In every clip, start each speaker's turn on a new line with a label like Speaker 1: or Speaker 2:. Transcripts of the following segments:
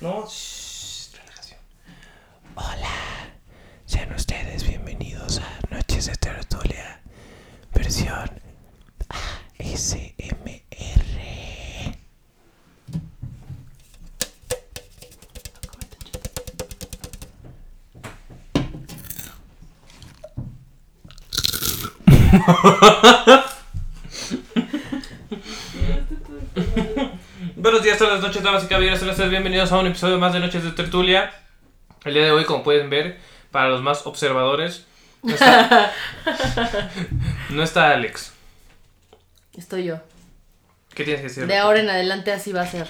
Speaker 1: No, shh, relajación. Hola, sean ustedes bienvenidos a Noches de Tertulia, versión ASMR. Buenos días, todas las noches, damas y caballeros, sean ustedes bienvenidos a un episodio más de Noches de Tertulia. El día de hoy, como pueden ver, para los más observadores, no está, no está Alex.
Speaker 2: Estoy yo.
Speaker 1: ¿Qué tienes que decir?
Speaker 2: De ahora en adelante así va a ser.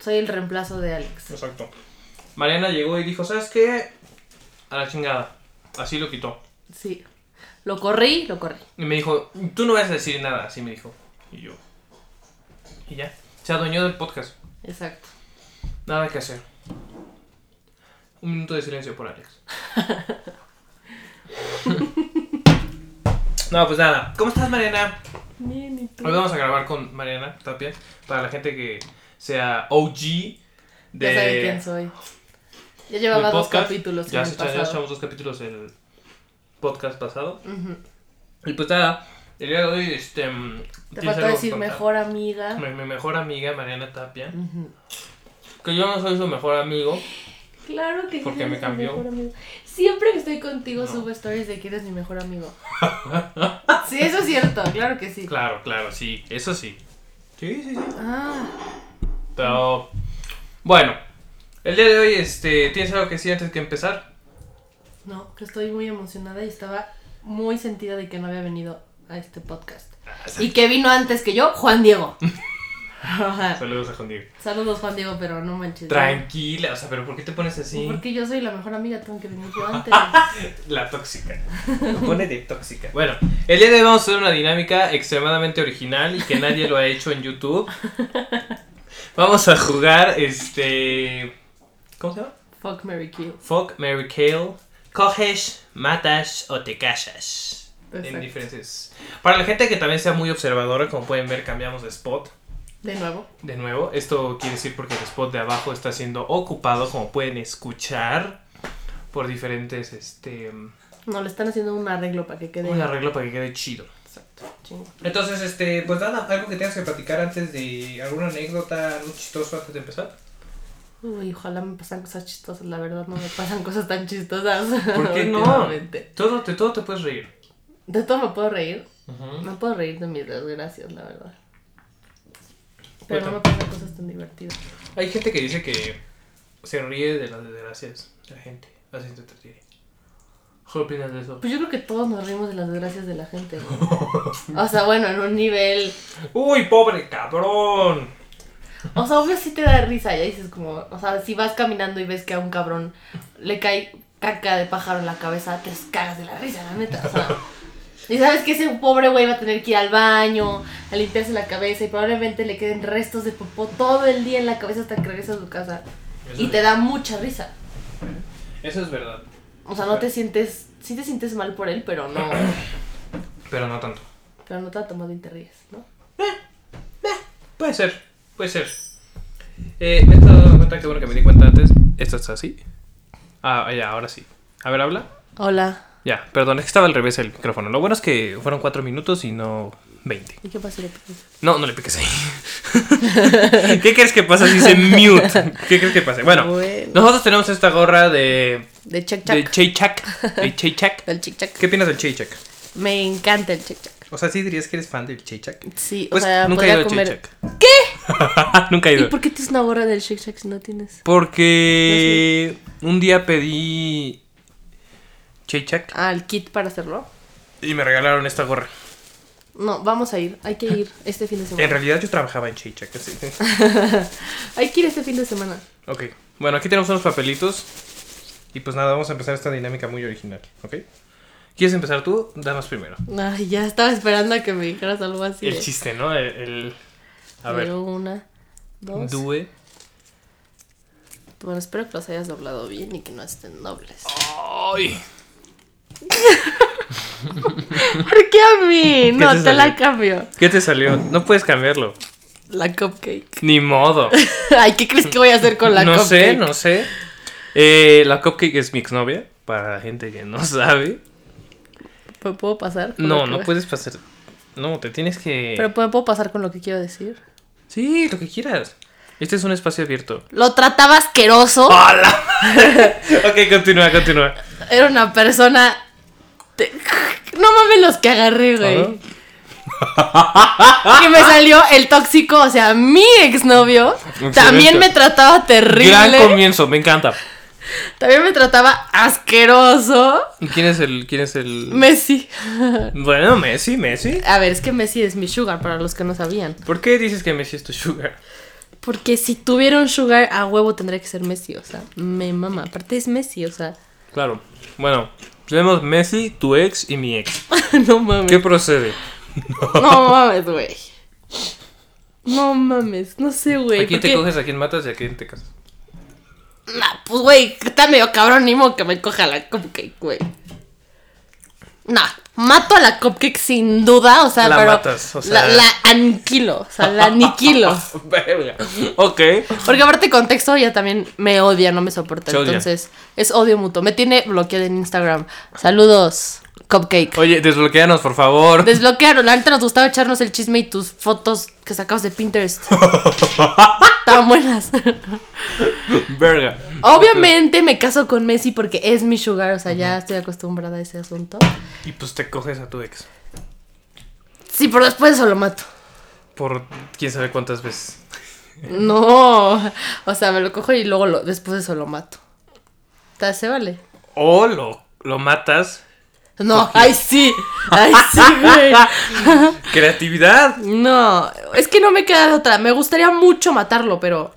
Speaker 2: Soy el reemplazo de Alex.
Speaker 1: Exacto. Mariana llegó y dijo, ¿sabes qué? A la chingada. Así lo quitó.
Speaker 2: Sí. Lo corrí, lo corrí.
Speaker 1: Y me dijo, tú no vas a decir nada, así me dijo. Y yo. Y ya. Se adueñó del podcast.
Speaker 2: Exacto.
Speaker 1: Nada que hacer. Un minuto de silencio por Alex. no, pues nada. ¿Cómo estás, Mariana?
Speaker 2: Bien, ¿y tú?
Speaker 1: Hoy vamos a grabar con Mariana Tapia. Para la gente que sea OG de...
Speaker 2: Ya sabe quién soy. Ya
Speaker 1: del
Speaker 2: llevaba dos
Speaker 1: podcast.
Speaker 2: capítulos
Speaker 1: Ya,
Speaker 2: en el
Speaker 1: se- ya
Speaker 2: pasado.
Speaker 1: echamos dos capítulos el podcast pasado.
Speaker 2: Ujú.
Speaker 1: Y pues nada, el día de hoy, este. mm,
Speaker 2: Te
Speaker 1: tienes
Speaker 2: faltó
Speaker 1: algo que
Speaker 2: decir
Speaker 1: contar.
Speaker 2: mejor amiga.
Speaker 1: Mi, mi mejor amiga, Mariana Tapia.
Speaker 2: Ujú.
Speaker 1: Que yo no soy su mejor amigo.
Speaker 2: Claro que sí.
Speaker 1: Porque
Speaker 2: eres
Speaker 1: me
Speaker 2: mi
Speaker 1: cambió.
Speaker 2: mejor amigo. Siempre que estoy contigo
Speaker 1: No.
Speaker 2: subo stories de que eres mi mejor amigo. sí, eso es cierto, claro que sí.
Speaker 1: Claro, claro, sí, eso sí. Sí, sí, sí.
Speaker 2: Ah,
Speaker 1: Pero. Bueno, el día de hoy, este. ¿Tienes algo que decir antes que empezar?
Speaker 2: no, que estoy muy emocionada y estaba muy sentida de que no había venido a este podcast. Y que vino antes que yo, Juan Diego. Ajá.
Speaker 1: Saludos a Juan Diego.
Speaker 2: Saludos, Juan Diego, pero no manches.
Speaker 1: Tranquila, o sea, pero ¿por qué te pones así?
Speaker 2: Porque yo soy la mejor amiga, tengo que venir yo antes.
Speaker 1: La tóxica. Lo pone de tóxica. Bueno, el día de hoy vamos a hacer una dinámica extremadamente original y que nadie lo ha hecho en YouTube. Vamos a jugar este. ¿Cómo se llama?
Speaker 2: Fuck Mary Kill.
Speaker 1: Fuck, Mary Kale. Coges, matas o te casas. En
Speaker 2: Exacto.
Speaker 1: diferentes. Para la gente que también sea muy observadora, como pueden ver, cambiamos de spot.
Speaker 2: De nuevo.
Speaker 1: De nuevo, esto quiere decir porque el spot de abajo está siendo ocupado, como pueden escuchar, por diferentes, este,
Speaker 2: No, le están haciendo un arreglo para que quede.
Speaker 1: un arreglo para que quede chido.
Speaker 2: Exacto. chingo.
Speaker 1: Entonces, este, pues nada, algo que tengas que platicar antes de alguna anécdota, algo chistoso antes de empezar.
Speaker 2: Uy, ojalá me pasan cosas chistosas. La verdad, no me pasan cosas tan chistosas.
Speaker 1: ¿Por qué no?
Speaker 2: últimamente.
Speaker 1: Todo te, todo te puedes reír.
Speaker 2: De todo me puedo reír. Me puedo reír de mis desgracias, la verdad. Pero no me pasan cosas tan divertidas.
Speaker 1: Hay gente que dice que se ríe de las desgracias de la gente, así se entretiene. ¿Qué opinas de eso?
Speaker 2: Pues yo creo que todos nos reímos de las desgracias de la gente. ¿no? O sea, bueno, en un nivel.
Speaker 1: ¡Uy, pobre cabrón!
Speaker 2: O sea, obvio sí te da risa, ya dices como, o sea, si vas caminando y ves que a un cabrón le cae caca de pájaro en la cabeza, te cagas de la risa, la neta, o sea. Y sabes que ese pobre güey va a tener que ir al baño, a limpiarse la cabeza y probablemente le queden restos de popó todo el día en la cabeza hasta que regrese a su casa. Y te da mucha risa.
Speaker 1: Eso es verdad.
Speaker 2: O sea, no te sientes, sí te sientes mal por él, pero no,
Speaker 1: Pero no tanto.
Speaker 2: pero no te la tomas bien te ríes, ¿no?
Speaker 1: Puede ser, puede ser. Eh, me he estado dando cuenta que bueno que me di cuenta antes. Esto está así. Ah, ya, ahora sí. A ver, habla.
Speaker 2: Hola,
Speaker 1: Ya, perdón, es que estaba al revés el micrófono. Lo bueno es que fueron cuatro minutos y no 20.
Speaker 2: ¿y qué pasa?
Speaker 1: No, no le piques ahí. ¿Qué crees que pasa si dice mute? ¿Qué crees que pase? Bueno,
Speaker 2: Bueno.
Speaker 1: nosotros tenemos esta gorra de.
Speaker 2: De Chak
Speaker 1: de Cheichak. De Cheichak.
Speaker 2: del Chic
Speaker 1: ¿Qué opinas del Cheichak?
Speaker 2: Me encanta el Chic
Speaker 1: O sea, sí dirías que eres fan del Cheichak.
Speaker 2: Sí,
Speaker 1: Pues
Speaker 2: o sea,
Speaker 1: nunca he
Speaker 2: podría
Speaker 1: ido a
Speaker 2: comer.
Speaker 1: Cheichak. ¿Qué? nunca he
Speaker 2: ¿Y
Speaker 1: ido.
Speaker 2: por qué tienes una gorra del Shake Shack si no tienes?
Speaker 1: Porque un día pedí Cheichak
Speaker 2: Ah, el kit para hacerlo.
Speaker 1: y me regalaron esta gorra.
Speaker 2: No, vamos a ir. Hay que ir este fin de
Speaker 1: En
Speaker 2: semana.
Speaker 1: realidad yo trabajaba en Cheichak. así.
Speaker 2: Hay que ir este fin de semana.
Speaker 1: Ok. Bueno, aquí tenemos unos papelitos. Y pues nada, vamos a empezar esta dinámica muy original, ¿ok? ¿Quieres empezar tú? Damas primero.
Speaker 2: Ay, ya estaba esperando a que me dijeras algo así.
Speaker 1: El
Speaker 2: eh.
Speaker 1: chiste, ¿no? El, el- A ver.
Speaker 2: Pero una, dos.
Speaker 1: Due.
Speaker 2: Bueno, espero que los hayas doblado bien y que no estén dobles.
Speaker 1: Oh. ¡Ay!
Speaker 2: ¿Por qué a mí?
Speaker 1: ¿Qué
Speaker 2: No,
Speaker 1: te
Speaker 2: te la
Speaker 1: salió?
Speaker 2: cambio.
Speaker 1: ¿Qué te salió? No puedes cambiarlo.
Speaker 2: La cupcake.
Speaker 1: Ni modo.
Speaker 2: Ay, ¿qué crees que voy a hacer con la
Speaker 1: no
Speaker 2: cupcake?
Speaker 1: sé, no sé. Eh, la cupcake es mi exnovia, para la gente que no sabe.
Speaker 2: ¿Pu- ¿Puedo pasar? con lo
Speaker 1: No,
Speaker 2: que
Speaker 1: no
Speaker 2: voy-
Speaker 1: puedes pasar. No, te tienes que.
Speaker 2: Pero ¿puedo puedo pasar con lo que quiero decir.
Speaker 1: Sí, lo que quieras. Este es un espacio abierto.
Speaker 2: Lo trataba asqueroso.
Speaker 1: ¡Hola! ok, continúa, continúa.
Speaker 2: Era una persona. te- No mames los que agarré, güey.
Speaker 1: Ah.
Speaker 2: Y me salió el tóxico, o sea, mi exnovio.
Speaker 1: Excelente.
Speaker 2: También me trataba
Speaker 1: Gran
Speaker 2: terrible.
Speaker 1: comienzo, me encanta.
Speaker 2: También me trataba asqueroso.
Speaker 1: ¿Quién es el.? ¿Quién es el.?
Speaker 2: Messi.
Speaker 1: Bueno, Messi, Messi.
Speaker 2: A ver, es que Messi es mi sugar, para los que no sabían.
Speaker 1: ¿Por qué dices que Messi es tu sugar?
Speaker 2: Porque si tuviera un sugar, a huevo tendría que ser Messi, o sea, me mama. Aparte es Messi, o sea,
Speaker 1: Claro. Bueno, tenemos Messi, tu ex y mi ex.
Speaker 2: no mames.
Speaker 1: ¿Qué procede?
Speaker 2: No mames, güey. No mames, no sé, güey.
Speaker 1: ¿A quién te
Speaker 2: porque-
Speaker 1: coges, a quién matas y a quién te casas?
Speaker 2: Nah, pues, güey, está medio cabrón, ni modo que me coja la cupcake, güey. Nah, mato a la cupcake sin duda, o sea,
Speaker 1: La
Speaker 2: pero.
Speaker 1: matas, o sea.
Speaker 2: La, la aniquilo, o sea, la aniquilo.
Speaker 1: Ah, Verga. Ok.
Speaker 2: Porque aparte contexto, ella también me odia, no me soporta.
Speaker 1: Te odia.
Speaker 2: Entonces, es odio mutuo. Me tiene bloqueada en Instagram. Saludos, cupcake.
Speaker 1: Oye, desbloqueanos, por favor.
Speaker 2: Desbloquearon, la neta nos gustaba echarnos el chisme y tus fotos que sacabas de Pinterest. Estaban buenas.
Speaker 1: Verga.
Speaker 2: Obviamente me caso con Messi porque es mi sugar, o sea, ya estoy acostumbrada a ese asunto.
Speaker 1: Y pues te coges a tu ex.
Speaker 2: Sí, pero después de eso lo mato.
Speaker 1: Por quién sabe cuántas veces. Eh.
Speaker 2: No, o sea, me lo cojo y luego lo- después de eso lo mato. Ta- ¿Se vale?
Speaker 1: O lo, lo matas.
Speaker 2: No, ay sí, ay sí, güey.
Speaker 1: Creatividad.
Speaker 2: No, es que no me queda de otra. Me gustaría mucho matarlo, pero.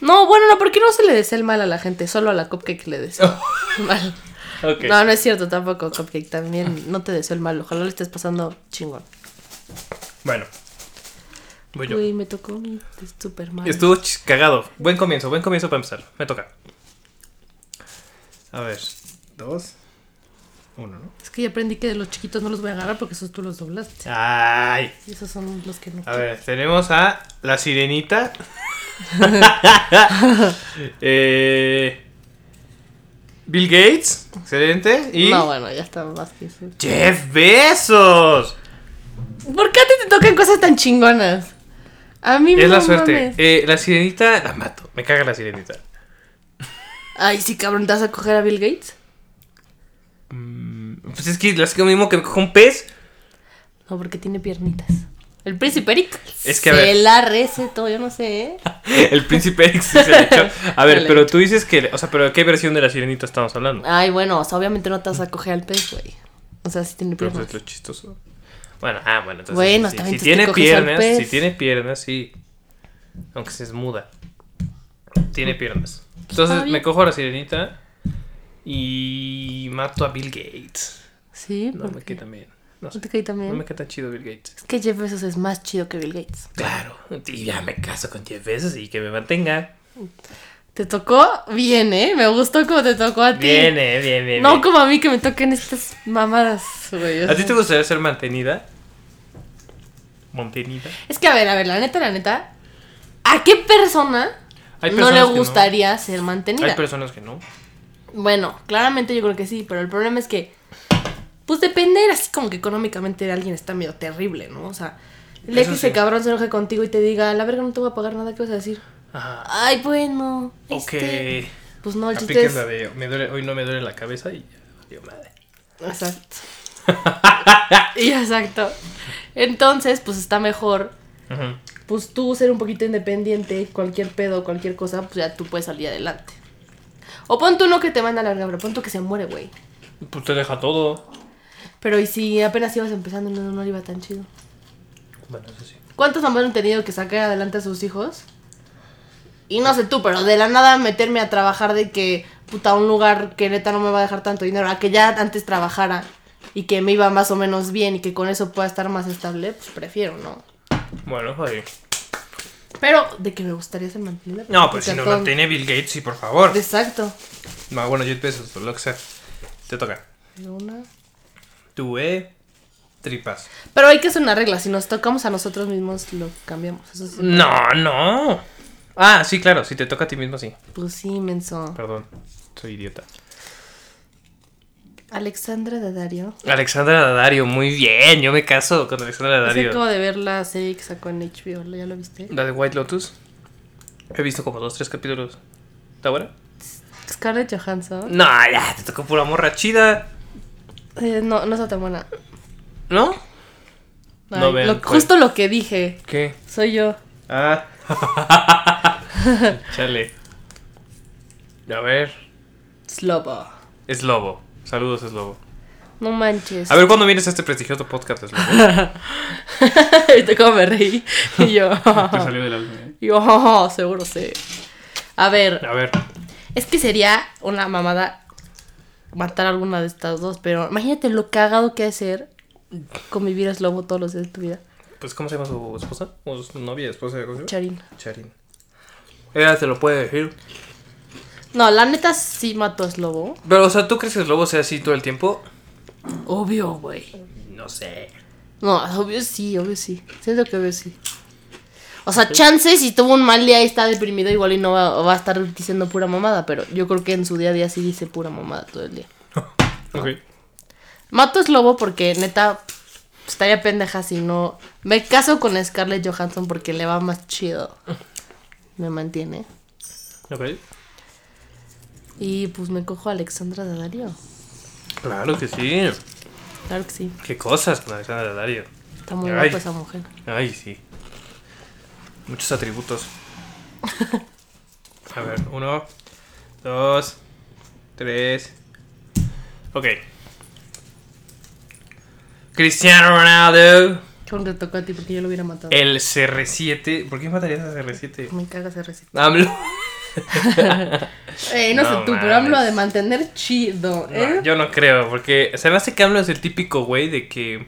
Speaker 2: No, bueno, no, porque no se le desea el mal a la gente, solo a la cupcake le deseo. mal.
Speaker 1: Ok.
Speaker 2: No, no es cierto tampoco, cupcake. También no te deseo el mal. Ojalá lo estés pasando chingón.
Speaker 1: Bueno. Voy Pues yo.
Speaker 2: Uy, me tocó un super mal.
Speaker 1: Estuvo ch- cagado. Buen comienzo, buen comienzo para empezar. Me toca. A ver. Dos. Uno, ¿no?
Speaker 2: Es que ya aprendí que de los chiquitos no los voy a agarrar porque esos tú los doblaste.
Speaker 1: Ay.
Speaker 2: Y esos son los que no.
Speaker 1: A ver, tenemos a la sirenita. Eh, Bill Gates. Excelente. Y
Speaker 2: No, bueno, ya está más que eso.
Speaker 1: Jeff Bezos.
Speaker 2: ¿Por qué a ti te tocan cosas tan chingonas? A mí me
Speaker 1: Es la suerte. Eh, la sirenita la mato. Me caga la sirenita.
Speaker 2: Ay, sí, cabrón, ¿te vas a coger a Bill Gates?
Speaker 1: Pues es que es lo mismo que me cojo un pez.
Speaker 2: No, porque tiene piernitas. El príncipe Eric
Speaker 1: Es que, a
Speaker 2: se
Speaker 1: ver.
Speaker 2: la recetó, yo no sé. ¿eh?
Speaker 1: El príncipe Eric sí se le echó. A ver,
Speaker 2: Dale.
Speaker 1: pero tú dices que. O sea, pero ¿qué versión de la sirenita estamos hablando?
Speaker 2: Ay, bueno, o sea, obviamente no te vas a coger al pez, güey. O sea, sí tiene
Speaker 1: Pero pues es
Speaker 2: piernas.
Speaker 1: lo chistoso. Bueno, ah, bueno, entonces.
Speaker 2: Bueno,
Speaker 1: sí,
Speaker 2: también
Speaker 1: si,
Speaker 2: tú te
Speaker 1: tiene
Speaker 2: coges al
Speaker 1: piernas,
Speaker 2: pez.
Speaker 1: si tiene piernas, sí. Aunque se es muda. Tiene piernas. Entonces
Speaker 2: Está bien.
Speaker 1: me cojo a la sirenita y mato a Bill Gates.
Speaker 2: Sí,
Speaker 1: No me
Speaker 2: porque-
Speaker 1: queda también. No
Speaker 2: ¿No
Speaker 1: sé.
Speaker 2: te caí también.
Speaker 1: No me queda tan chido Bill Gates.
Speaker 2: Es que Jeff Bezos es más chido que Bill Gates.
Speaker 1: Claro. Y ya me caso con 10 veces y que me mantenga.
Speaker 2: Te tocó bien, ¿eh? Me gustó como te tocó a ti.
Speaker 1: Bien, eh, bien, bien.
Speaker 2: No
Speaker 1: bien.
Speaker 2: como a mí que me toquen estas mamadas, güey. o
Speaker 1: ¿A ti
Speaker 2: sea.
Speaker 1: te gustaría ser mantenida? ¿Mantenida?
Speaker 2: Es que, a ver, a ver, la neta, la neta. ¿A qué persona
Speaker 1: Hay
Speaker 2: no le
Speaker 1: personas que
Speaker 2: gustaría ser
Speaker 1: Hay
Speaker 2: mantenida?
Speaker 1: personas que no.
Speaker 2: Bueno, claramente yo creo que sí, pero el problema es que. Pues depender así como que económicamente alguien está medio terrible, ¿no? O sea, el día
Speaker 1: Eso
Speaker 2: que ese
Speaker 1: sí.
Speaker 2: cabrón se enoje contigo y te diga, la verga no te voy a pagar nada, ¿qué vas a decir?
Speaker 1: Ajá.
Speaker 2: Ay, bueno.
Speaker 1: Ok.
Speaker 2: este, Pues no, el chiste
Speaker 1: Apliquen
Speaker 2: es.
Speaker 1: la de me duele, hoy no me duele la cabeza y ya, valió madre.
Speaker 2: Exacto. y exacto. Entonces, pues está mejor,
Speaker 1: Ujú.
Speaker 2: pues tú ser un poquito independiente, cualquier pedo, cualquier cosa, pues ya tú puedes salir adelante. O pon tú no que te manda a la verga, pero pon tú que se muere, güey.
Speaker 1: Pues te deja todo.
Speaker 2: Pero y si apenas ibas empezando, no, no le iba tan chido.
Speaker 1: Bueno, eso sí.
Speaker 2: ¿Cuántos mamás han tenido que sacar adelante a sus hijos? Y no sé tú, pero de la nada meterme a trabajar de que, puta, un lugar que neta no me va a dejar tanto dinero, a que ya antes trabajara y que me iba más o menos bien y que con eso pueda estar más estable, pues prefiero, ¿no?
Speaker 1: Bueno, ahí.
Speaker 2: Pero de que me gustaría ser mantenida.
Speaker 1: No, pues si
Speaker 2: puta,
Speaker 1: nos
Speaker 2: con-
Speaker 1: mantiene Bill Gates, sí, por favor.
Speaker 2: Exacto.
Speaker 1: No, bueno, yo empiezo, lo que sea. Te toca.
Speaker 2: Una,
Speaker 1: Tú, eh. tripas.
Speaker 2: Pero hay que hacer una regla. Si nos tocamos a nosotros mismos, lo cambiamos. Eso sí.
Speaker 1: No, no. Ah, sí, claro, si te toca a ti mismo, sí.
Speaker 2: Pues sí, menso.
Speaker 1: Perdón, soy idiota.
Speaker 2: Alexandra de Dario.
Speaker 1: Alexandra Daddario, muy bien, yo me caso con Alexandra
Speaker 2: Es que
Speaker 1: Daddario.
Speaker 2: acabo de ver la serie que sacó en HBO. ¿Ya lo viste?
Speaker 1: La de White Lotus. He visto como dos, tres capítulos. ¿Está buena?
Speaker 2: Scarlett Johansson.
Speaker 1: No, ya, te tocó pura morra chida.
Speaker 2: Eh, no, no está tan buena.
Speaker 1: ¿No? No
Speaker 2: Ay,
Speaker 1: vean,
Speaker 2: lo-
Speaker 1: pues.
Speaker 2: justo lo que dije.
Speaker 1: ¿Qué?
Speaker 2: Soy yo.
Speaker 1: Ah. Chale. A ver.
Speaker 2: Slobo.
Speaker 1: Es Lobo. Saludos, es Lobo.
Speaker 2: No manches.
Speaker 1: A ver cuándo vienes a este prestigioso podcast, es Lobo.
Speaker 2: Ahorita cómo me reí. Y yo.
Speaker 3: Te salió del alma, ¿eh?
Speaker 2: y yo, "Oh, seguro sé. A ver,
Speaker 1: A ver.
Speaker 2: es que sería una mamada matar a alguna de estas dos, pero imagínate lo cagado que ha de ser convivir a Slobo todos los días de tu vida.
Speaker 1: Pues, ¿cómo se llama su esposa? ¿O su novia, esposa? ¿Cómo se llama?
Speaker 2: Charín.
Speaker 1: Charín. Ella te lo puede decir.
Speaker 2: No, la neta sí mató a Slobo.
Speaker 1: Pero, o sea, ¿tú crees que el lobo sea así todo el tiempo?
Speaker 2: Obvio, güey.
Speaker 1: No sé.
Speaker 2: No, obvio sí, obvio sí. Siento que obvio sí. O sea, chance si tuvo un mal día y está deprimido, igual y no va, va a estar diciendo pura mamada, pero yo creo que en su día a día sí dice pura mamada todo el día.
Speaker 1: Ok.
Speaker 2: Mato es lobo porque neta estaría pendeja si no. Me caso con Scarlett Johansson porque le va más chido. Me mantiene.
Speaker 1: Ok.
Speaker 2: Y pues me cojo a Alexandra Daddario.
Speaker 1: Claro que sí.
Speaker 2: Claro que sí.
Speaker 1: Qué cosas con Alexandra Dario.
Speaker 2: Está muy
Speaker 1: Ay.
Speaker 2: guapa esa mujer.
Speaker 1: Ay, sí. Muchos atributos. A ver, uno, dos, tres. Ok. Cristiano Ronaldo.
Speaker 2: Con que tocó a ti porque yo lo hubiera matado.
Speaker 1: El CR7. ¿Por qué matarías a CR7?
Speaker 2: Me cagas ese recito.
Speaker 1: AMLO.
Speaker 2: Eh, no,
Speaker 1: No
Speaker 2: sé tú, pero
Speaker 1: mames.
Speaker 2: hablo de mantener chido,
Speaker 1: No,
Speaker 2: ¿eh?
Speaker 1: yo no creo, porque se me hace que AMLO es el típico güey de que.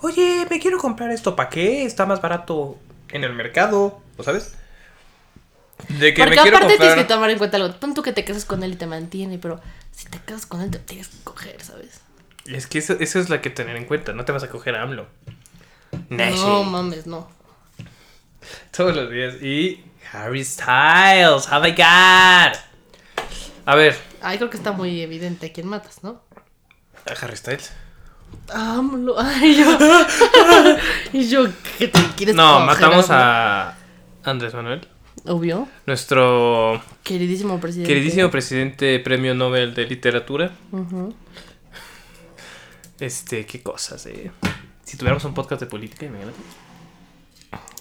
Speaker 1: Oye, me quiero comprar esto, ¿para qué? Está más barato en el mercado, ¿lo sabes? De que
Speaker 2: Porque
Speaker 1: me quiero
Speaker 2: aparte
Speaker 1: comprar.
Speaker 2: tienes que tomar en cuenta algo. Tanto que te casas con él y te mantiene, pero si te casas con él te tienes que coger, ¿sabes?
Speaker 1: Es que eso, eso es la que tener en cuenta, no te vas a coger a AMLO.
Speaker 2: No
Speaker 1: Nashi.
Speaker 2: mames, no.
Speaker 1: Todos los días. Y. Harry Styles, oh my god. A ver,
Speaker 2: Ay, creo que está muy evidente a quién matas, ¿no?
Speaker 1: ¿a Harry Styles.
Speaker 2: AMLO. Ay, yo. y yo, ¿qué te quieres
Speaker 1: No,
Speaker 2: coger,
Speaker 1: matamos
Speaker 2: AMLO?
Speaker 1: a Andrés Manuel,
Speaker 2: Obvio.
Speaker 1: nuestro
Speaker 2: Queridísimo presidente.
Speaker 1: queridísimo presidente premio Nobel de literatura.
Speaker 2: Ujú.
Speaker 1: Este, qué cosas, eh. Si tuviéramos un podcast de política, imagínate.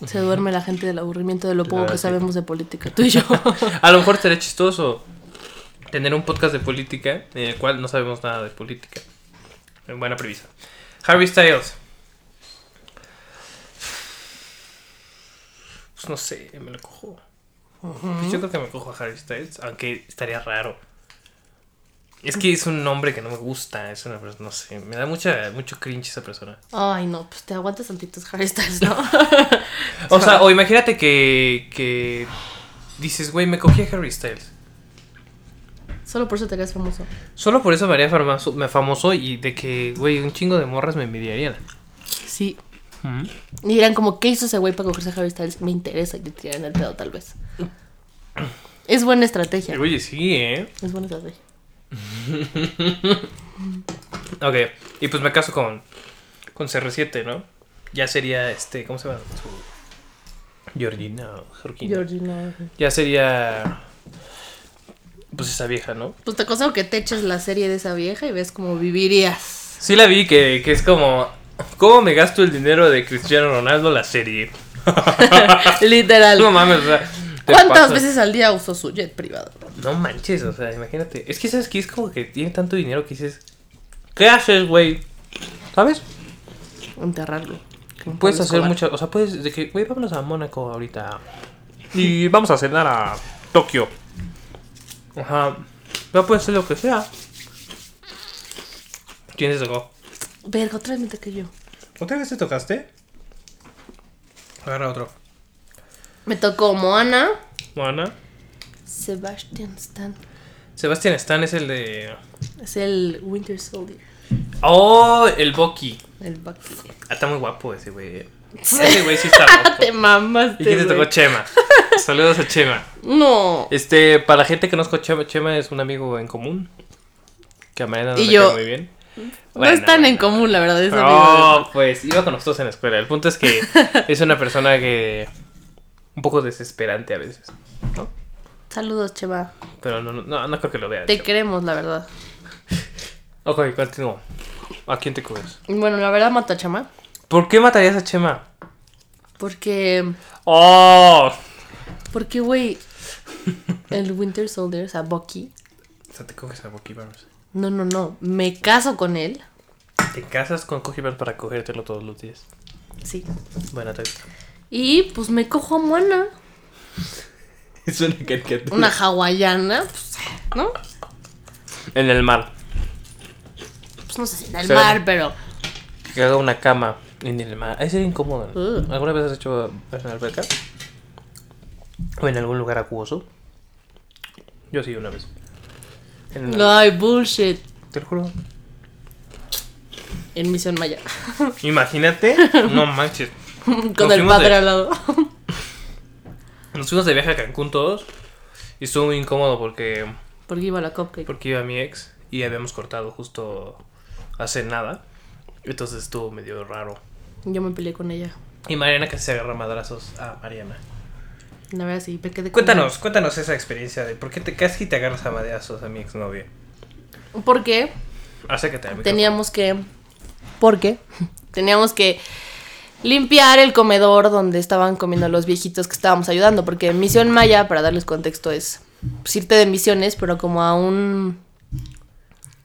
Speaker 2: Se duerme la gente del aburrimiento de lo poco
Speaker 1: Claro,
Speaker 2: que
Speaker 1: sí.
Speaker 2: sabemos de política, tú y yo.
Speaker 1: A lo mejor sería chistoso tener un podcast de política en el cual no sabemos nada de política. Eh, Buena premisa. Harry Styles. Pues no sé, me lo cojo. Pues yo creo que me cojo a Harry Styles, aunque estaría raro. Es que es un nombre que no me gusta, es una persona, no sé, me da mucha, mucho cringe esa persona.
Speaker 2: Ay, no, pues te aguantas tantitos Harry Styles, ¿no?
Speaker 1: O sea, o imagínate que, que dices, güey, me cogí a Harry Styles.
Speaker 2: Solo por eso te harías famoso.
Speaker 1: Solo por eso me haría famoso, me famoso y de que, güey, un chingo de morras me envidiarían.
Speaker 2: Sí. Y dirán como, ¿qué hizo ese güey para cogerse a Harry Styles? Me interesa que tiran el pedo, tal vez. Es buena estrategia.
Speaker 1: Oye, sí, ¿eh?
Speaker 2: Es buena estrategia.
Speaker 1: Ok, y pues me caso con, con CR7, ¿no? Ya sería este, ¿cómo se llama? Su- Georgina, o Georgina.
Speaker 2: Georgina.
Speaker 1: Ya sería, pues esa vieja, ¿no?
Speaker 2: Pues te aconsejo que te eches la serie de esa vieja y ves cómo vivirías.
Speaker 1: Sí la vi, que, que es como, ¿cómo me gasto el dinero de Cristiano Ronaldo la serie?
Speaker 2: Literal.
Speaker 1: No mames, o sea... te
Speaker 2: ¿Cuántas
Speaker 1: pasas.
Speaker 2: veces al día usó su jet privado?
Speaker 1: No manches, o sea, imagínate. Es que sabes que es como que tiene tanto dinero que dices, ¿qué haces, güey? ¿Sabes?
Speaker 2: Enterrarlo.
Speaker 1: Puedes hacer muchas, o sea, puedes de que, güey, vámonos a Mónaco ahorita. Y vamos a cenar a Tokio. Ajá. Ya puedes hacer lo que sea. ¿Quién se tocó?
Speaker 2: Verga, otra vez me toqué yo.
Speaker 1: ¿Otra vez te tocaste? Agarra otro.
Speaker 2: Me tocó Moana,
Speaker 1: Moana.
Speaker 2: Sebastian Stan.
Speaker 1: Sebastián Stan es el de.
Speaker 2: Es el Winter Soldier.
Speaker 1: Oh, el Bucky.
Speaker 2: El Bucky.
Speaker 1: Ah, está muy guapo ese güey. Ese güey sí está guapo.
Speaker 2: Ah, Te mamaste.
Speaker 1: ¿Y quién te
Speaker 2: güey.
Speaker 1: tocó Chema? Saludos a Chema.
Speaker 2: No.
Speaker 1: Este, para la gente que no conozco Chema, Chema es un amigo en común. Que a Mariana nos
Speaker 2: Y
Speaker 1: la
Speaker 2: yo-
Speaker 1: cae muy bien.
Speaker 2: no
Speaker 1: Bueno,
Speaker 2: están
Speaker 1: bueno.
Speaker 2: en común, la verdad. Es amigo.
Speaker 1: No, pues iba con nosotros en la escuela. El punto es que es una persona que. un poco desesperante a veces.
Speaker 2: Saludos, Chema.
Speaker 1: Pero no, no, no creo que lo vea.
Speaker 2: Te queremos, la verdad.
Speaker 1: Ok, continúo. ¿A quién te comes?
Speaker 2: Bueno, la verdad mato a Chema.
Speaker 1: ¿Por qué matarías a Chema?
Speaker 2: Porque.
Speaker 1: ¡Oh!
Speaker 2: Porque, güey. El Winter Soldier, o sea, Bucky.
Speaker 1: O sea, te coges a Bucky Barnes.
Speaker 2: No, no, no. Me caso con él.
Speaker 1: Te casas con Bucky Barnes para cogértelo todos los días.
Speaker 2: Sí.
Speaker 1: Buena texta.
Speaker 2: Y pues me cojo a Moana.
Speaker 1: Es una caricatura.
Speaker 2: Una hawaiana, pues, ¿no?
Speaker 1: En el mar.
Speaker 2: Pues no sé si en el
Speaker 1: Sí.
Speaker 2: mar, pero.
Speaker 1: Que haga una cama en el mar. Ahí sería incómodo.
Speaker 2: Uh.
Speaker 1: ¿Alguna vez has hecho en la alberca? ¿O en algún lugar acuoso? Yo sí, una vez. En una-
Speaker 2: No hay bullshit.
Speaker 1: Te lo juro.
Speaker 2: En Misión Maya.
Speaker 1: Imagínate. No manches.
Speaker 2: con
Speaker 1: Nos
Speaker 2: el
Speaker 1: fuimos
Speaker 2: padre
Speaker 1: de-
Speaker 2: al lado.
Speaker 1: Nos fuimos de viaje a Cancún todos. Y estuvo muy incómodo porque...
Speaker 2: Porque iba a la cupcake.
Speaker 1: Porque iba mi ex y habíamos cortado justo hace nada. Entonces estuvo medio raro.
Speaker 2: Yo me peleé con ella.
Speaker 1: Y Mariana casi se agarra a madrazos a Mariana.
Speaker 2: La verdad sí, me quedé con
Speaker 1: Cuéntanos, cuéntanos esa experiencia de por qué te casi te agarras a madrazos a mi exnovia.
Speaker 2: ella. Porque
Speaker 1: Acércate al micrófono.
Speaker 2: teníamos que. Porque teníamos que limpiar el comedor donde estaban comiendo los viejitos que estábamos ayudando. Porque Misión Maya, para darles contexto, es pues, irte de misiones, pero como a un.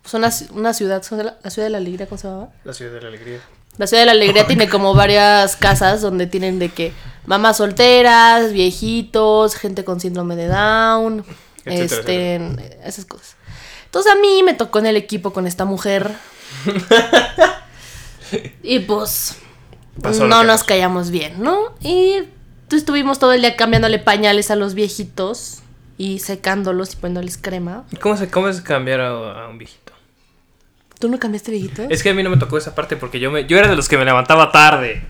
Speaker 2: Pues una, ci- una ciudad, ¿son de la, la ciudad de la alegría, ¿cómo se llamaba?
Speaker 1: La ciudad de la alegría.
Speaker 2: La ciudad de la alegría tiene como varias casas donde tienen de que mamás solteras, viejitos, gente con síndrome de Down,
Speaker 1: Etcétera,
Speaker 2: este, esas cosas. Entonces a mí me tocó en el equipo con esta mujer. y pues
Speaker 1: Pasó lo
Speaker 2: no
Speaker 1: que
Speaker 2: nos
Speaker 1: pasó.
Speaker 2: callamos bien, ¿no? Y entonces estuvimos todo el día cambiándole pañales a los viejitos y secándolos y poniéndoles crema.
Speaker 1: ¿Cómo se cómo es cambiar a, a un viejito?
Speaker 2: ¿Tú no cambiaste viejitos?
Speaker 1: Es que a mí no me tocó esa parte porque yo me yo era de los que me levantaba tarde.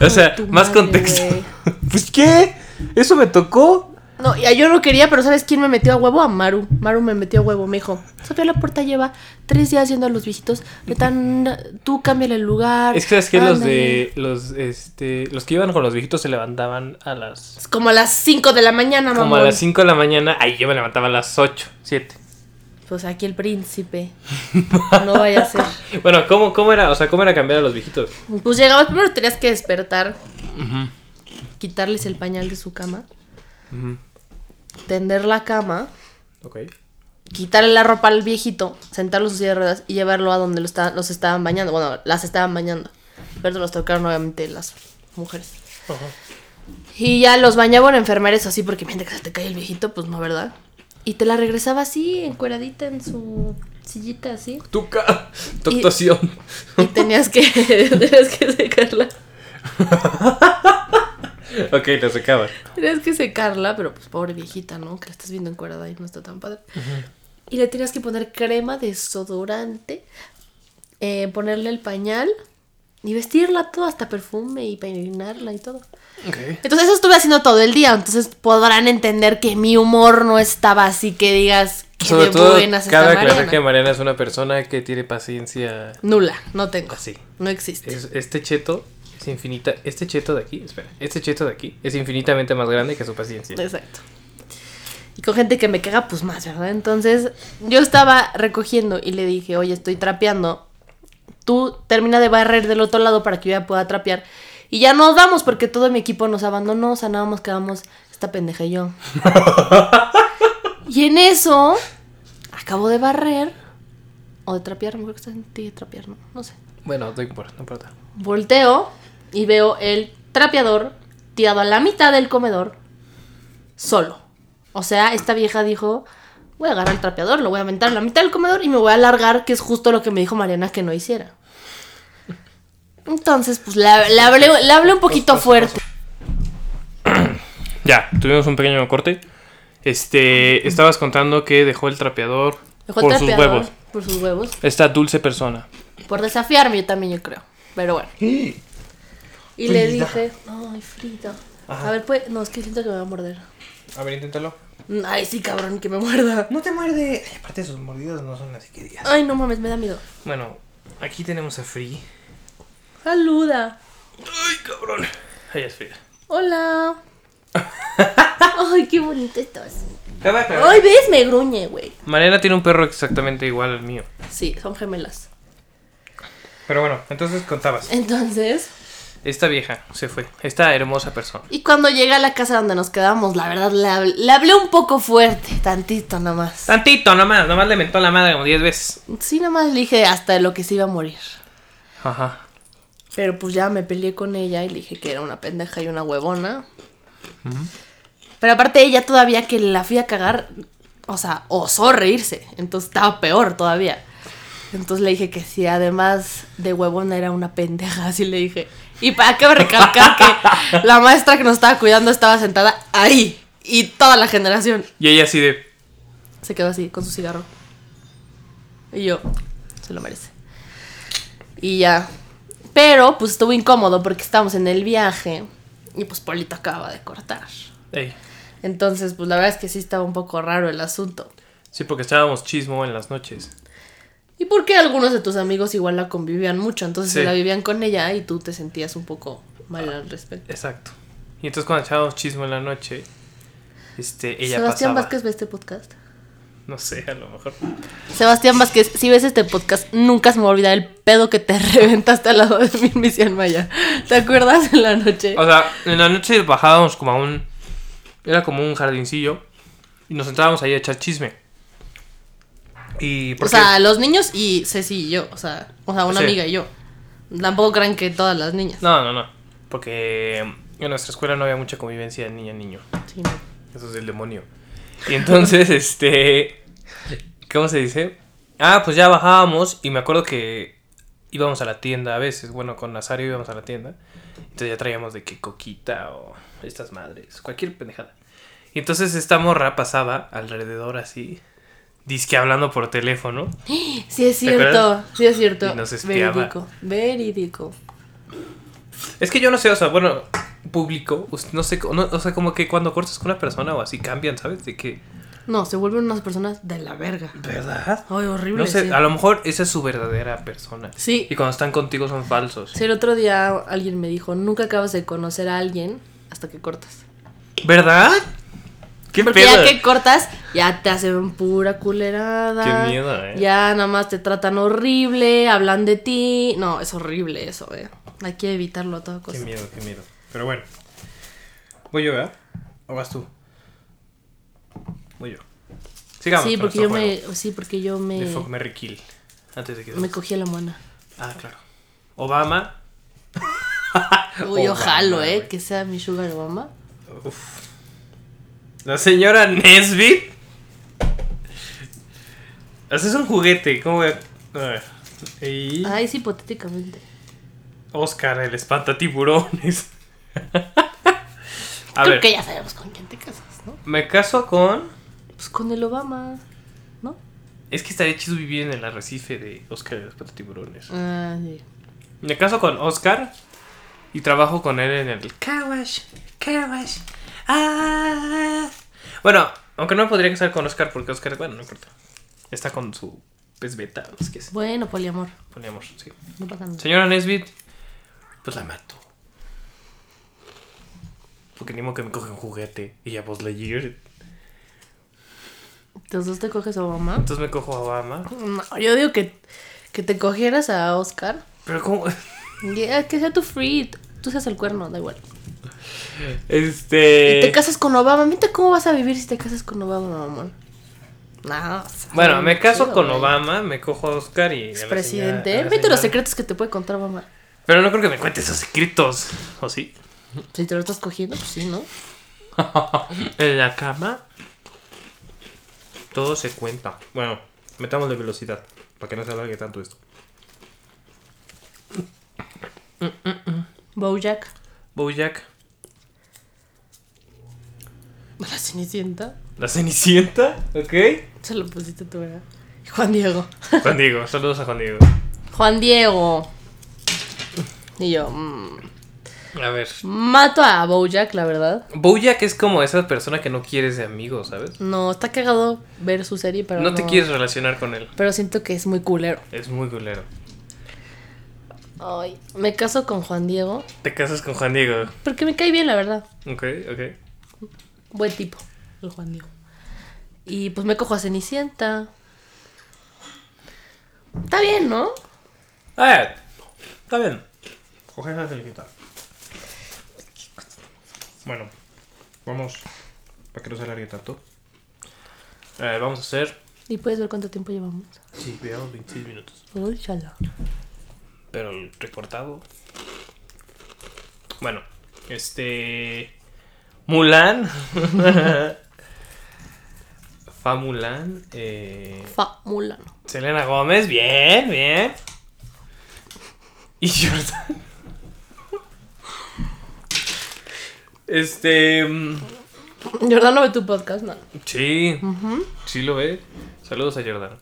Speaker 1: o sea,
Speaker 2: tu
Speaker 1: más
Speaker 2: madre,
Speaker 1: contexto.
Speaker 2: güey.
Speaker 1: pues qué? ¿Eso me tocó?
Speaker 2: No, ya yo no quería, pero ¿sabes quién me metió a huevo? A Maru. Maru me metió a huevo, me dijo. Sofía La Puerta lleva tres días yendo a los viejitos. De tan, tú cámbiale el lugar.
Speaker 1: Es que sabes que los
Speaker 2: ándale".
Speaker 1: de los este los que iban con los viejitos se levantaban a las
Speaker 2: Es como a las 5 de la mañana, mamá.
Speaker 1: como a las 5 de la mañana, ahí yo me levantaba a las 8, 7.
Speaker 2: Pues aquí el príncipe. No vaya a ser.
Speaker 1: Bueno, ¿cómo, cómo era? O sea, ¿cómo era cambiar a los viejitos?
Speaker 2: Pues llegabas primero, tenías que despertar. Quitarles el pañal de su cama. Tender la cama.
Speaker 1: Ok.
Speaker 2: quitarle la ropa al viejito, sentarlo en su silla de ruedas y llevarlo a donde lo esta- los estaban bañando. Bueno, las estaban bañando. Pero los tocaron obviamente las mujeres. Y ya los bañaban enfermeras así porque mientras que se te cae el viejito, pues no, ¿verdad? Y te la regresaba así, encueradita en su sillita así.
Speaker 1: Tu, ca- tu
Speaker 2: Y-
Speaker 1: actuación.
Speaker 2: Y tenías que, tenías que secarla.
Speaker 1: Ok, te secabas.
Speaker 2: Tenías que secarla, pero pues pobre viejita, ¿no? Que la estás viendo encuerada y no está tan padre. Y le tenías que poner crema desodorante, eh, ponerle el pañal y vestirla todo, hasta perfume y peinarla y todo.
Speaker 1: Ok.
Speaker 2: Entonces eso estuve haciendo todo el día, entonces podrán entender que mi humor no estaba así que digas que
Speaker 1: Sobre
Speaker 2: de
Speaker 1: todo,
Speaker 2: buenas está
Speaker 1: cabe aclarar
Speaker 2: Mariana.
Speaker 1: que Mariana es una persona que tiene paciencia
Speaker 2: Nula, no tengo.
Speaker 1: así.
Speaker 2: No existe.
Speaker 1: Es- este cheto es infinita. Este cheto de aquí, espera. Este cheto de aquí es infinitamente más grande que su paciencia.
Speaker 2: Exacto. Y con gente que me caga, pues más, ¿verdad? Entonces, yo estaba recogiendo y le dije, oye, estoy trapeando. Tú termina de barrer del otro lado para que yo ya pueda trapear. Y ya nos vamos porque todo mi equipo nos abandonó. O sea, nada más quedamos esta pendeja y yo. y en eso, acabo de barrer. O de trapear, mejor que está en ti de trapear, ¿no? No sé.
Speaker 1: Bueno, no importa, no importa.
Speaker 2: Volteo y veo el trapeador tirado a la mitad del comedor, solo. O sea, esta vieja dijo, voy a agarrar el trapeador, lo voy a aventar a la mitad del comedor y me voy a alargar, que es justo lo que me dijo Mariana que no hiciera. Entonces, pues la, la hablé, la hablé un poquito fuerte.
Speaker 1: Ya, tuvimos un pequeño corte. Este, estabas contando que dejó el trapeador
Speaker 2: Dejó el
Speaker 1: por
Speaker 2: trapeador.
Speaker 1: sus huevos.
Speaker 2: por sus huevos.
Speaker 1: Esta dulce persona.
Speaker 2: Por desafiarme, yo también, yo creo. Pero bueno. Y le
Speaker 1: Frida.
Speaker 2: dije, ay, Frida.
Speaker 1: Ajá.
Speaker 2: A ver, pues, no, es que siento que me va a morder.
Speaker 1: A ver, inténtalo.
Speaker 2: Mm, Ay, sí, cabrón, que me muerda.
Speaker 1: No te muerde. Ay, aparte, sus mordidas no son así que digas.
Speaker 2: Ay, no mames, me da miedo.
Speaker 1: Bueno, aquí tenemos a Free.
Speaker 2: Saluda.
Speaker 1: Ay, cabrón. Ahí es Frida.
Speaker 2: Hola. Ay, qué bonito estás.
Speaker 1: Cada cabeza-
Speaker 2: Ay, ves, me gruñe, güey.
Speaker 1: Mariana tiene un perro exactamente igual al mío.
Speaker 2: Sí, son gemelas.
Speaker 1: Pero bueno, entonces contabas.
Speaker 2: Entonces,
Speaker 1: Esta vieja se fue. Esta hermosa persona.
Speaker 2: y cuando llegué a la casa donde nos quedamos, la verdad, le hablé, le hablé un poco fuerte, tantito nomás.
Speaker 1: Tantito, nomás. Nomás le mentó la madre como 10 veces.
Speaker 2: Sí, nomás le dije hasta lo que se iba a morir.
Speaker 1: Ajá.
Speaker 2: Pero pues ya me peleé con ella y le dije que era una pendeja y una huevona. Pero aparte ella todavía que la fui a cagar, o sea, osó reírse. Entonces estaba peor todavía. Entonces le dije que si además de huevona era una pendeja, así le dije. Y para qué recalcar que la maestra que nos estaba cuidando estaba sentada ahí. Y toda la generación
Speaker 1: Y ella así de.
Speaker 2: se quedó así, con su cigarro. Y yo, se lo merece. Y ya. Pero, pues estuvo incómodo porque estábamos en el viaje. Y pues Polito acaba de cortar.
Speaker 1: "Ey".
Speaker 2: Entonces, pues la verdad es que sí estaba un poco raro el asunto.
Speaker 1: Sí, porque estábamos chismo en las noches.
Speaker 2: Y porque algunos de tus amigos igual la convivían mucho. Entonces
Speaker 1: Sí.
Speaker 2: la vivían con ella y tú te sentías un poco mal al respecto.
Speaker 1: Exacto. Y entonces cuando echábamos chismo en la noche, este, ella
Speaker 2: Sebastián
Speaker 1: pasaba.
Speaker 2: Vázquez ve este podcast.
Speaker 1: No sé, a lo mejor.
Speaker 2: Sebastián Vázquez, si ves este podcast, nunca se me va a olvidar el pedo que te reventaste al lado de mi misión Maya. ¿Te acuerdas en la noche?
Speaker 1: O sea, en la noche bajábamos como a un... Era como un jardincillo. Y nos sentábamos ahí a echar chisme. Y...
Speaker 2: O
Speaker 1: Porque,
Speaker 2: sea, los niños y Ceci y yo, o sea, o sea, una
Speaker 1: Sí.
Speaker 2: amiga y yo. Tampoco crean que todas las niñas.
Speaker 1: No, no, no. Porque en nuestra escuela no había mucha convivencia de niña-niño.
Speaker 2: Sí, no.
Speaker 1: Eso es el demonio. Y entonces, este... ¿Cómo se dice? Ah, pues ya bajábamos y me acuerdo que íbamos a la tienda a veces. Bueno, con Nazario íbamos a la tienda. Entonces ya traíamos de que coquita o estas madres, cualquier pendejada. Y entonces esta morra pasaba alrededor así, disque hablando por teléfono.
Speaker 2: Sí es
Speaker 1: ¿Te acuerdas?
Speaker 2: cierto, sí es cierto.
Speaker 1: Y nos espiaba.
Speaker 2: Verídico, verídico.
Speaker 1: Es que yo no sé, o sea, bueno, público, us- no sé, co- no- o sea, como que cuando cortas con una persona o así cambian, ¿sabes? De que,
Speaker 2: No, se vuelven unas personas de la verga.
Speaker 1: ¿verdad?
Speaker 2: Ay, horrible.
Speaker 1: No
Speaker 2: sí.
Speaker 1: sé, a lo mejor esa es su verdadera persona.
Speaker 2: Sí.
Speaker 1: Y cuando están contigo son falsos.
Speaker 2: Sí, el otro día alguien me dijo, nunca acabas de conocer a alguien hasta que cortas.
Speaker 1: ¿Verdad? ¿Qué
Speaker 2: Porque
Speaker 1: pedo?
Speaker 2: ya que cortas, ya te hacen pura culerada.
Speaker 1: Qué miedo, eh.
Speaker 2: Ya nada más te tratan horrible, hablan de ti. No, es horrible eso, eh. Hay que evitarlo a toda
Speaker 1: Qué
Speaker 2: costa.
Speaker 1: miedo, qué miedo. Pero bueno. Voy yo, ¿verdad? ¿O vas tú? Voy yo. Sigamos.
Speaker 2: Sí
Speaker 1: con
Speaker 2: porque, yo
Speaker 1: nuestro
Speaker 2: me,
Speaker 1: juego
Speaker 2: sí, porque yo me.
Speaker 1: De Fuck Mary Kill. Antes de que.
Speaker 2: Me cogí a la mona.
Speaker 1: Ah, claro. Obama.
Speaker 2: Uy,
Speaker 1: Obama,
Speaker 2: ojalá, eh,
Speaker 1: güey.
Speaker 2: que sea mi sugar mama.
Speaker 1: Uf. La señora Nesbitt. Haces un juguete. ¿Cómo voy a.? a ver. Y.
Speaker 2: Ay, sí, hipotéticamente.
Speaker 1: Oscar, el espantatiburones. a
Speaker 2: Creo
Speaker 1: ver.
Speaker 2: que ya sabemos con quién te casas, ¿no?
Speaker 1: Me caso con.
Speaker 2: Pues con el Obama, ¿no?
Speaker 1: Es que estaría chido vivir en el arrecife de Oscar de los Patatiburones.
Speaker 2: Ah, sí.
Speaker 1: Me caso con Oscar y trabajo con él en el Kawash, Kawash. Ah. Bueno, aunque no me podría casar con Oscar porque Oscar, bueno, no importa. Está con su pez beta, es que es.
Speaker 2: Bueno, poliamor.
Speaker 1: Poníamos, sí.
Speaker 2: No pasa nada.
Speaker 1: Señora Nesbit, pues la mato. Porque ni modo que me coge un juguete y ya vos Lightyear.
Speaker 2: Entonces te coges a Obama.
Speaker 1: Entonces me cojo a Obama.
Speaker 2: No, yo digo que, que te cogieras a Oscar.
Speaker 1: Pero como.
Speaker 2: Y, eh, que sea tu free. Tú seas el cuerno, da igual.
Speaker 1: Este.
Speaker 2: Y te casas con Obama. Mira cómo vas a vivir si te casas con Obama, mamón. No, o sea,
Speaker 1: Bueno, me caso
Speaker 2: chido,
Speaker 1: con
Speaker 2: güey.
Speaker 1: Obama, me cojo a Oscar y. a la
Speaker 2: Es
Speaker 1: señora- a
Speaker 2: presidente.
Speaker 1: la
Speaker 2: Vete los
Speaker 1: señora.
Speaker 2: secretos que te puede contar mamá.
Speaker 1: Pero no creo que me cuente esos secretos. ¿O sí?
Speaker 2: Si te lo estás cogiendo, pues sí, ¿no?
Speaker 1: En la cama. Todo se cuenta. Bueno, metamos de velocidad. Para que no se alargue tanto esto.
Speaker 2: Bojack.
Speaker 1: Bojack.
Speaker 2: La cenicienta.
Speaker 1: La Cenicienta. Ok.
Speaker 2: Se lo pusiste tú, ¿verdad? Juan Diego.
Speaker 1: Juan Diego, saludos a Juan Diego.
Speaker 2: Juan Diego. Y yo, mm,
Speaker 1: A ver.
Speaker 2: mato a Bojack, la verdad.
Speaker 1: Bojack es como esa persona que no quieres de amigo, ¿sabes?
Speaker 2: No, está cagado ver su serie, pero
Speaker 1: no te quieres relacionar con él.
Speaker 2: Pero siento que es muy culero.
Speaker 1: Es muy culero.
Speaker 2: Ay, me caso con Juan Diego
Speaker 1: Te casas con Juan Diego.
Speaker 2: porque me cae bien, la verdad.
Speaker 1: Ok, ok.
Speaker 2: Buen tipo, el Juan Diego. Y pues me cojo a Cenicienta. Está bien, ¿no?
Speaker 1: Ah, está bien. Coge esa celicita. Bueno, vamos. Para que no se alargue tanto. Eh, vamos a hacer.
Speaker 2: Y puedes ver cuánto tiempo llevamos.
Speaker 1: Sí, veamos 26 minutos.
Speaker 2: Uy, chala.
Speaker 1: Pero el recortado. Bueno, este. Mulan. Fa Mulan. Eh.
Speaker 2: Fa, Mulano.
Speaker 1: Selena Gómez, bien, bien. Y Jordan. Este. mm,
Speaker 2: Jordán no ve tu podcast, no.
Speaker 1: Sí, sí lo ve. Saludos a Jordan.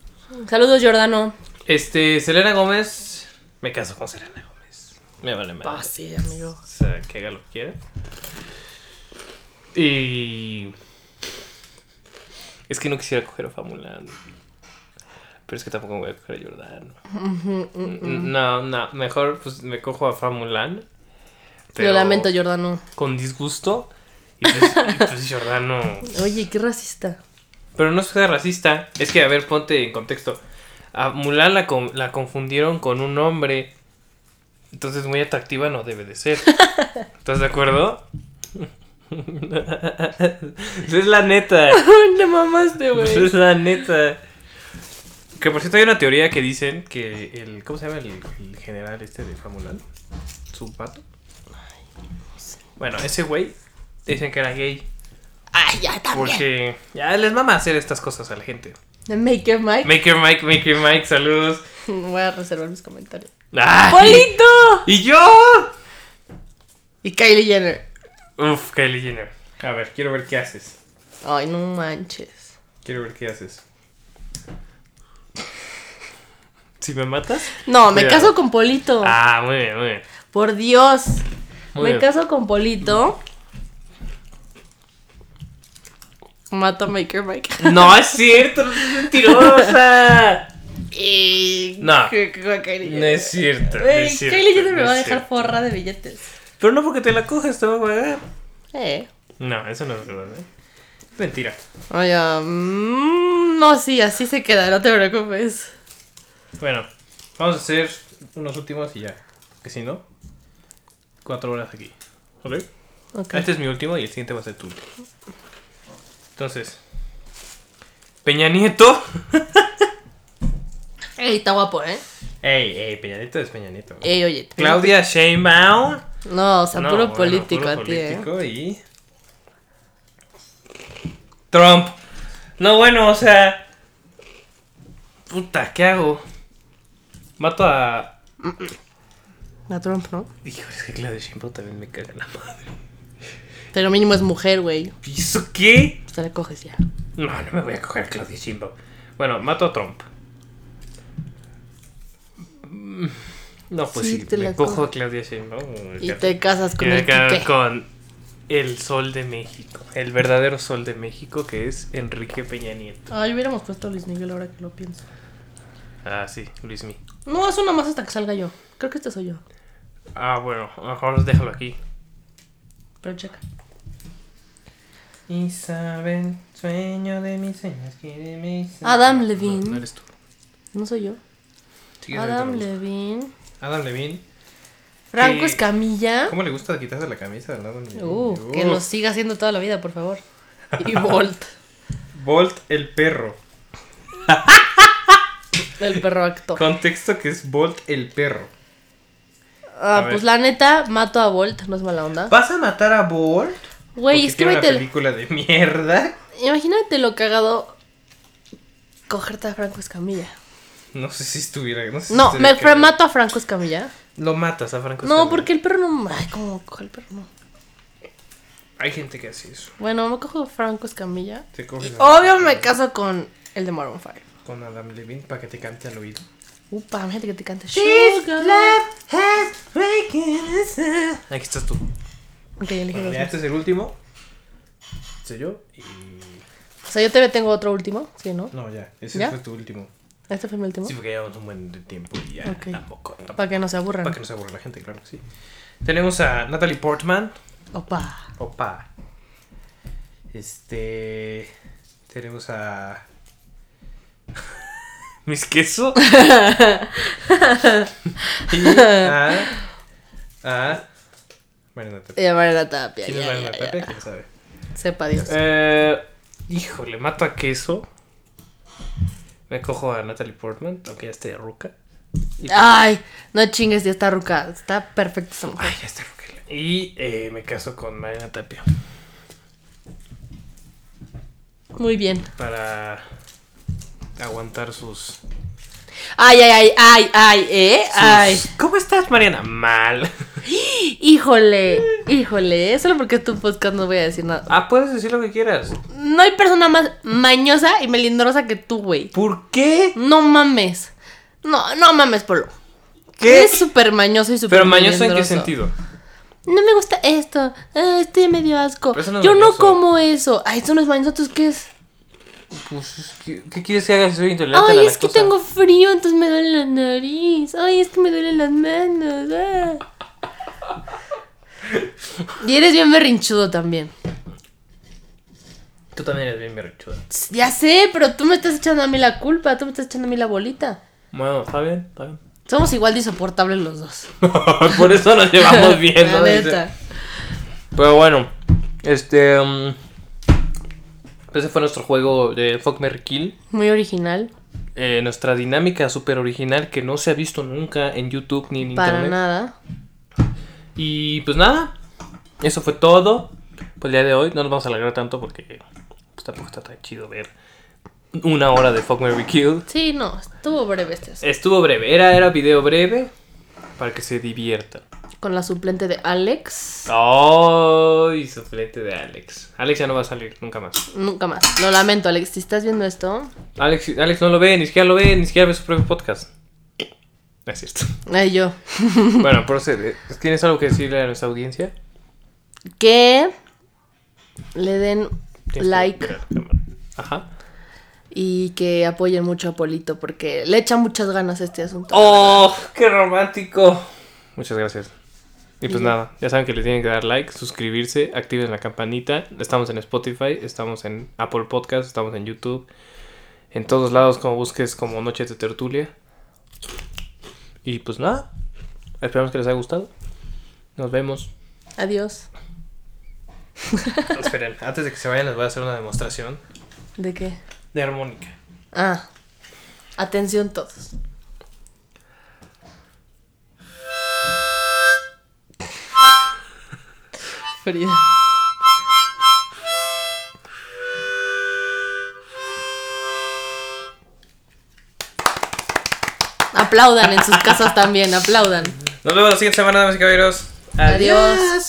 Speaker 2: Saludos, Jordano.
Speaker 1: Este, Selena Gómez. Me caso con Selena Gómez. Me vale madre.
Speaker 2: Ah, sí, amigo.
Speaker 1: O sea, que haga lo que quiera. Y. Es que no quisiera coger a Famulan. Pero es que tampoco voy a coger a Jordan. No, no, mejor pues me cojo a Famulan.
Speaker 2: Lo lamento, Jordano.
Speaker 1: Con disgusto. Y pues, y pues Jordan no.
Speaker 2: Oye, qué racista.
Speaker 1: Pero no es que sea racista. Es que, a ver, ponte en contexto. A Mulan la, con- la confundieron con un hombre. Entonces, muy atractiva no debe de ser. ¿Estás de acuerdo? es la neta.
Speaker 2: Le mamaste,
Speaker 1: Pues
Speaker 2: güey.
Speaker 1: es la neta. Que por cierto hay una teoría que dicen que el. ¿Cómo se llama el, el general este de Famulan? ¿Su pato? Bueno, ese güey dicen que era gay.
Speaker 2: Ay, ya también.
Speaker 1: Porque ya les mama hacer estas cosas a la gente.
Speaker 2: Make your mic.
Speaker 1: Maker Mike, Maker Mike, saludos.
Speaker 2: Voy a reservar mis comentarios.
Speaker 1: ¡Ay!
Speaker 2: ¡Polito!
Speaker 1: ¡Y yo!
Speaker 2: Y Kylie Jenner.
Speaker 1: Uf, Kylie Jenner. A ver, quiero ver qué haces.
Speaker 2: Ay, no manches.
Speaker 1: Quiero ver qué haces. ¿Si me matas?
Speaker 2: No, me
Speaker 1: Mira.
Speaker 2: caso con Polito.
Speaker 1: Ah, muy bien, muy bien.
Speaker 2: Por Dios.
Speaker 1: Muy
Speaker 2: me
Speaker 1: bien.
Speaker 2: caso con Polito. Mato a Maker Mike.
Speaker 1: No es cierto, no es mentirosa.
Speaker 2: Y-
Speaker 1: No.
Speaker 2: que- que- que- Kylie
Speaker 1: No
Speaker 2: Jenner.
Speaker 1: es cierto. no
Speaker 2: Güey,
Speaker 1: es cierto,
Speaker 2: Kylie Jenner me
Speaker 1: no
Speaker 2: va a
Speaker 1: es
Speaker 2: dejar
Speaker 1: cierto.
Speaker 2: forra de billetes.
Speaker 1: Pero no porque te la coges, te va a pagar.
Speaker 2: Eh.
Speaker 1: No, eso no es verdad. ¿eh? Mentira.
Speaker 2: Ay, ah, mm, no, sí, así se queda, no te preocupes.
Speaker 1: Bueno, vamos a hacer unos últimos y ya. Que si no, cuatro horas aquí. ¿Vale?
Speaker 2: Ok.
Speaker 1: Este es mi último y el siguiente va a ser tú. Entonces, Peña Nieto.
Speaker 2: Ey, está guapo, ¿eh?
Speaker 1: Ey, ey, Peña Nieto es Peña Nieto.
Speaker 2: Ey, oye. te-
Speaker 1: Claudia Sheinbaum.
Speaker 2: No, o sea,
Speaker 1: No,
Speaker 2: puro
Speaker 1: bueno,
Speaker 2: político
Speaker 1: puro
Speaker 2: a ti, ¿eh?
Speaker 1: político y... Trump. No, bueno, o sea... Puta, ¿qué hago? Mato a...
Speaker 2: A Trump, ¿no?
Speaker 1: Hijo, es que Claudia Sheinbaum también me caga la madre.
Speaker 2: Pero mínimo es mujer, güey.
Speaker 1: ¿Y eso qué?
Speaker 2: Pues te la coges ya.
Speaker 1: No, no me voy a coger a Claudia Sheinbaum. Bueno, mato a Trump. Mm, No, pues
Speaker 2: Sí,
Speaker 1: sí,
Speaker 2: te
Speaker 1: me
Speaker 2: la
Speaker 1: cojo
Speaker 2: coges.
Speaker 1: a Claudia Sheinbaum.
Speaker 2: Y te casas con
Speaker 1: Y me
Speaker 2: el
Speaker 1: quedo
Speaker 2: Quique.
Speaker 1: con el sol de México, el verdadero sol de México que es Enrique Peña Nieto.
Speaker 2: Ay, hubiéramos puesto a Luis Miguel ahora que lo pienso.
Speaker 1: Ah, sí, Luismi.
Speaker 2: No, es una más hasta que salga yo. Creo que este soy yo.
Speaker 1: Ah, bueno, mejor déjalo aquí.
Speaker 2: Pero checa.
Speaker 1: Isabel, sueño de mis sueños, quíreme, Isabel.
Speaker 2: Adam Levine.
Speaker 1: No, no eres tú.
Speaker 2: No soy yo.
Speaker 1: Sí, ahorita
Speaker 2: Adam
Speaker 1: lo busco.
Speaker 2: Levine.
Speaker 1: Adam Levine.
Speaker 2: Franco
Speaker 1: Que-
Speaker 2: Escamilla.
Speaker 1: ¿Cómo le gusta quitarse la camisa al Adam Levine?
Speaker 2: ¿Ah? Uh,
Speaker 1: Uf.
Speaker 2: que lo siga haciendo toda la vida, por favor. Y Bolt.
Speaker 1: Bolt el perro.
Speaker 2: El perro actor.
Speaker 1: Contexto que es Bolt el perro.
Speaker 2: Ah,
Speaker 1: A ver.
Speaker 2: pues la neta, mato a Bolt, no es mala onda.
Speaker 1: ¿Vas a matar a Bolt?
Speaker 2: Güey, es que
Speaker 1: tiene una
Speaker 2: vete-
Speaker 1: película de mierda.
Speaker 2: imagínate lo cagado cogerte a Franco Escamilla.
Speaker 1: No sé si estuviera. No, sé si
Speaker 2: No,
Speaker 1: estaría
Speaker 2: me fra-
Speaker 1: cagado.
Speaker 2: mato a Franco Escamilla.
Speaker 1: Lo matas a Franco
Speaker 2: No,
Speaker 1: Escamilla.
Speaker 2: porque el perro no. Ay, ¿cómo cojo el perro? No.
Speaker 1: Hay gente que hace eso.
Speaker 2: Bueno, me cojo a Franco Escamilla.
Speaker 1: Te coges a-
Speaker 2: Obvio me caso con el de Maroon 5.
Speaker 1: con Adam Levine para que te cante al oído.
Speaker 2: Upa, imagínate que te canta
Speaker 4: This
Speaker 2: Sugar.
Speaker 4: love has breaking us up.
Speaker 1: Aquí estás tú.
Speaker 2: Ok, yo elegí
Speaker 1: Bueno,
Speaker 2: los
Speaker 1: ya
Speaker 2: dos.
Speaker 1: este es el último. Este Soy yo. Y...
Speaker 2: O sea, yo te tengo otro último, ¿sí, no?
Speaker 1: No, ya. Ese
Speaker 2: ¿Ya?
Speaker 1: fue tu último.
Speaker 2: ¿Este fue mi último?
Speaker 1: Sí, porque llevamos un buen de tiempo y ya
Speaker 2: Ok.
Speaker 1: tampoco. tampoco-
Speaker 2: Para que no se aburran.
Speaker 1: Para que no se aburra la gente, claro que sí. Tenemos a Natalie Portman.
Speaker 2: Opa.
Speaker 1: Opa. Este. Tenemos a. Mis queso. y a. A. Mariana Tapia.
Speaker 2: Ya, Mariana Tapia.
Speaker 1: ¿Quién es
Speaker 2: ya,
Speaker 1: Mariana
Speaker 2: ya, ya.
Speaker 1: Tapia? ¿Quién sabe?
Speaker 2: Sepa Dios.
Speaker 1: Eh, híjole, mato a queso. Me cojo a Natalie Portman, aunque ya esté ruca. Y- pues-
Speaker 2: Ay, no chingues, ya está ruca. Está perfecta esa mujer.
Speaker 1: Ay, ya está ruca. Y eh, me caso con Mariana Tapia. Ah.
Speaker 2: Muy bien.
Speaker 1: Para aguantar sus
Speaker 2: Ay, ay, ay, ay, ay, eh. Ay.
Speaker 1: Sus- ¿Cómo estás, Mariana? Mal.
Speaker 2: Híjole, híjole. Solo porque es tu podcast no voy a decir nada.
Speaker 1: Ah, puedes decir lo que quieras.
Speaker 2: No hay persona más mañosa y melindrosa que tú, güey.
Speaker 1: ¿Por qué?
Speaker 2: No mames. No, no mames, Polo.
Speaker 1: ¿Qué?
Speaker 2: Es súper mañoso y súper
Speaker 1: Pero mañoso en qué
Speaker 2: melindroso.
Speaker 1: sentido?
Speaker 2: No me gusta esto. Ah, estoy medio asco.
Speaker 1: Pero eso no es
Speaker 2: Yo no
Speaker 1: mañoso.
Speaker 2: como eso. Ay, eso no es mañoso. ¿Entonces qué es?
Speaker 1: Pues, es que- ¿qué, quieres que hagas? Soy intolerante a
Speaker 2: Ay,
Speaker 1: la
Speaker 2: es que
Speaker 1: lactosa.
Speaker 2: tengo frío, entonces me duele la nariz. Ay, es que me duelen las manos. ah. Y eres bien berrinchudo también.
Speaker 1: Tú también eres bien berrichuda.
Speaker 2: Ya sé, pero tú me estás echando a mí la culpa, tú me estás echando a mí la bolita.
Speaker 1: Bueno, está bien, está bien.
Speaker 2: Somos igual de insoportables los dos.
Speaker 1: Por eso nos llevamos bien,
Speaker 2: La
Speaker 1: ¿no?
Speaker 2: neta.
Speaker 1: Pero bueno, este. um, ese fue nuestro juego de Fuck Mary Kill.
Speaker 2: Muy original.
Speaker 1: Eh, nuestra dinámica súper original que no se ha visto nunca en YouTube ni en
Speaker 2: Para
Speaker 1: Internet.
Speaker 2: nada.
Speaker 1: Y pues nada, eso fue todo por el día de hoy. No nos vamos a alargar tanto porque pues, tampoco está tan chido ver una hora de Fuck Mary Kill.
Speaker 2: Sí, no, estuvo breve este asunto.
Speaker 1: Estuvo breve, era, era video breve para que se diviertan.
Speaker 2: Con la suplente de Alex.
Speaker 1: ¡Ay! suplente de Alex. Alex ya no va a salir nunca más.
Speaker 2: Nunca más. Lo lamento, Alex. Si estás viendo esto.
Speaker 1: Alex, Alex no lo ve, ni siquiera lo ve, ni siquiera ve su propio podcast. No es cierto.
Speaker 2: Ay, yo.
Speaker 1: bueno, procede. ¿Tienes algo que decirle a nuestra audiencia?
Speaker 2: Que le den
Speaker 1: Tienes que
Speaker 2: like
Speaker 1: mirar la cámara. Ajá.
Speaker 2: y que apoyen mucho a Polito porque le echa muchas ganas a este asunto.
Speaker 1: ¡Oh, qué romántico! Muchas gracias. Y pues nada, ya saben que le tienen que dar like, suscribirse, activen la campanita. Estamos en Spotify, estamos en Apple Podcast, estamos en YouTube. En todos lados, como busques, como Noches de Tertulia. Y pues nada, esperamos que les haya gustado. Nos vemos.
Speaker 2: Adiós.
Speaker 1: Esperen, antes de que se vayan, les voy a hacer una demostración
Speaker 2: ¿De qué?
Speaker 1: de armónica.
Speaker 2: Ah. Atención todos. Frida. Aplaudan en sus casas también, aplaudan.
Speaker 1: Nos vemos la siguiente semana, damas y caballeros.
Speaker 2: Adiós.